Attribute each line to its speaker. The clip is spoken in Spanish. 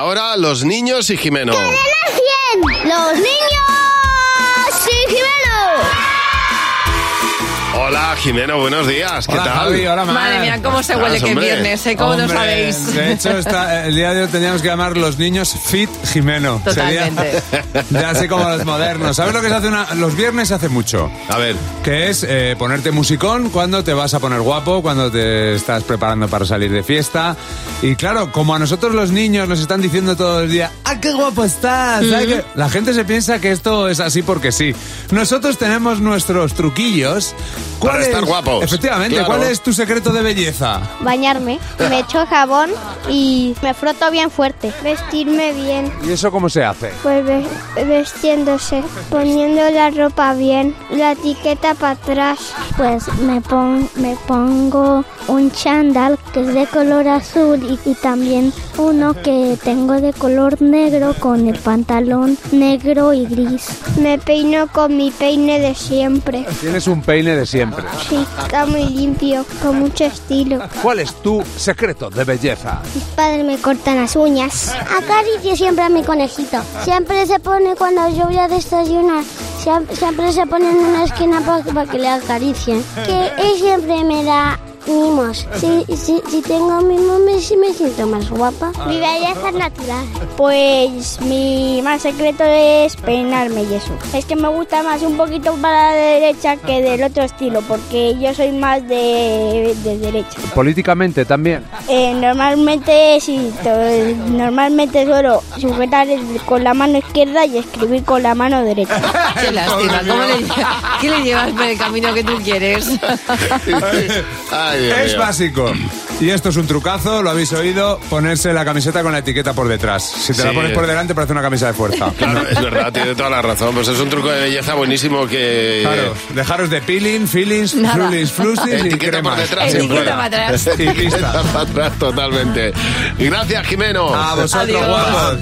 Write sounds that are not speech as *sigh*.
Speaker 1: Ahora los niños y Jimeno.
Speaker 2: ¡Los niños! ¡Sí,
Speaker 1: Hola Jimeno, buenos días. ¿Qué
Speaker 3: Hola,
Speaker 1: tal?
Speaker 3: Javi, hola, Mar.
Speaker 4: Madre mía, cómo se huele
Speaker 1: Ostras,
Speaker 4: que es
Speaker 1: hombre.
Speaker 4: viernes, ¿eh? ¿Cómo lo
Speaker 3: Hombre,
Speaker 4: sabéis?
Speaker 3: De hecho,
Speaker 4: *laughs*
Speaker 3: está- el día de hoy teníamos que llamar los niños Fit Jimeno. Sería-
Speaker 4: *laughs* Totalmente.
Speaker 3: *laughs* ya así como los modernos. ¿Sabes lo que se hace una- los viernes? Se hace mucho.
Speaker 1: A ver,
Speaker 3: Que es eh, ponerte musicón cuando te vas a poner guapo, cuando te estás preparando para salir de fiesta. Y claro, como a nosotros los niños nos están diciendo todo el día, ¡ah, qué guapo estás! ¡Ah, qué-". La gente se piensa que esto es así porque sí. Nosotros tenemos nuestros truquillos. ¿Cuál
Speaker 1: Para estar
Speaker 3: es-
Speaker 1: guapos.
Speaker 3: Efectivamente,
Speaker 1: Claro.
Speaker 3: ¿cuál es tu secreto de belleza?
Speaker 2: Bañarme, me echo jabón y me froto bien fuerte. Vestirme bien,
Speaker 3: ¿Y eso cómo se hace?
Speaker 2: pues ve- vestiéndose, poniendo la ropa bien, la etiqueta para atrás. Pues me, me pongo un chandal que es de color azul y, también uno que tengo de color negro con el pantalón negro y gris. Me peino con mi peine de siempre.
Speaker 3: Tienes un peine de siempre.
Speaker 2: Sí, está muy limpio, con mucho estilo.
Speaker 3: ¿Cuál es tu secreto de belleza?
Speaker 2: Mis padres me cortan las uñas. Acaricio siempre a mi conejito. Siempre se pone cuando yo voy a desayunar. Siempre, se pone en una esquina para que le acaricien. Que él siempre me da mimos. Si, si, si tengo mimos, me, sí me siento más guapa. Mi belleza es natural. Pues mi más secreto es peinarme y eso. Es que me gusta más un poquito para la derecha que del otro estilo, porque yo soy más de, de derecha.
Speaker 3: Políticamente también.
Speaker 2: Eh, normalmente sí, to- normalmente suelo sujetar el- con la mano izquierda y escribir con la mano derecha.
Speaker 4: *laughs* Qué lástima. ¿Cómo le, ¿Qué le llevas por el camino que tú quieres?
Speaker 1: Ay, Dios
Speaker 3: Es
Speaker 1: mío.
Speaker 3: básico. Y esto es un trucazo, lo habéis oído, ponerse la camiseta con la etiqueta por detrás. Si te la
Speaker 1: Sí.
Speaker 3: pones por delante parece una camisa de
Speaker 1: *laughs*
Speaker 3: fuerza.
Speaker 1: Claro, es verdad, tiene toda la razón. Pues es un truco de belleza buenísimo que... eh,
Speaker 3: Claro, dejaros de peeling, feelings,
Speaker 4: Nada.
Speaker 3: frulings, flusings y
Speaker 1: Etiqueta por
Speaker 3: cremas.
Speaker 1: detrás.
Speaker 3: Sí,
Speaker 4: Etiqueta
Speaker 3: fuera.
Speaker 4: para atrás.
Speaker 1: *laughs*
Speaker 3: Y lista.
Speaker 1: Para atrás totalmente. Gracias, Jimeno.
Speaker 3: A vosotros,
Speaker 4: Adiós.
Speaker 3: guapos.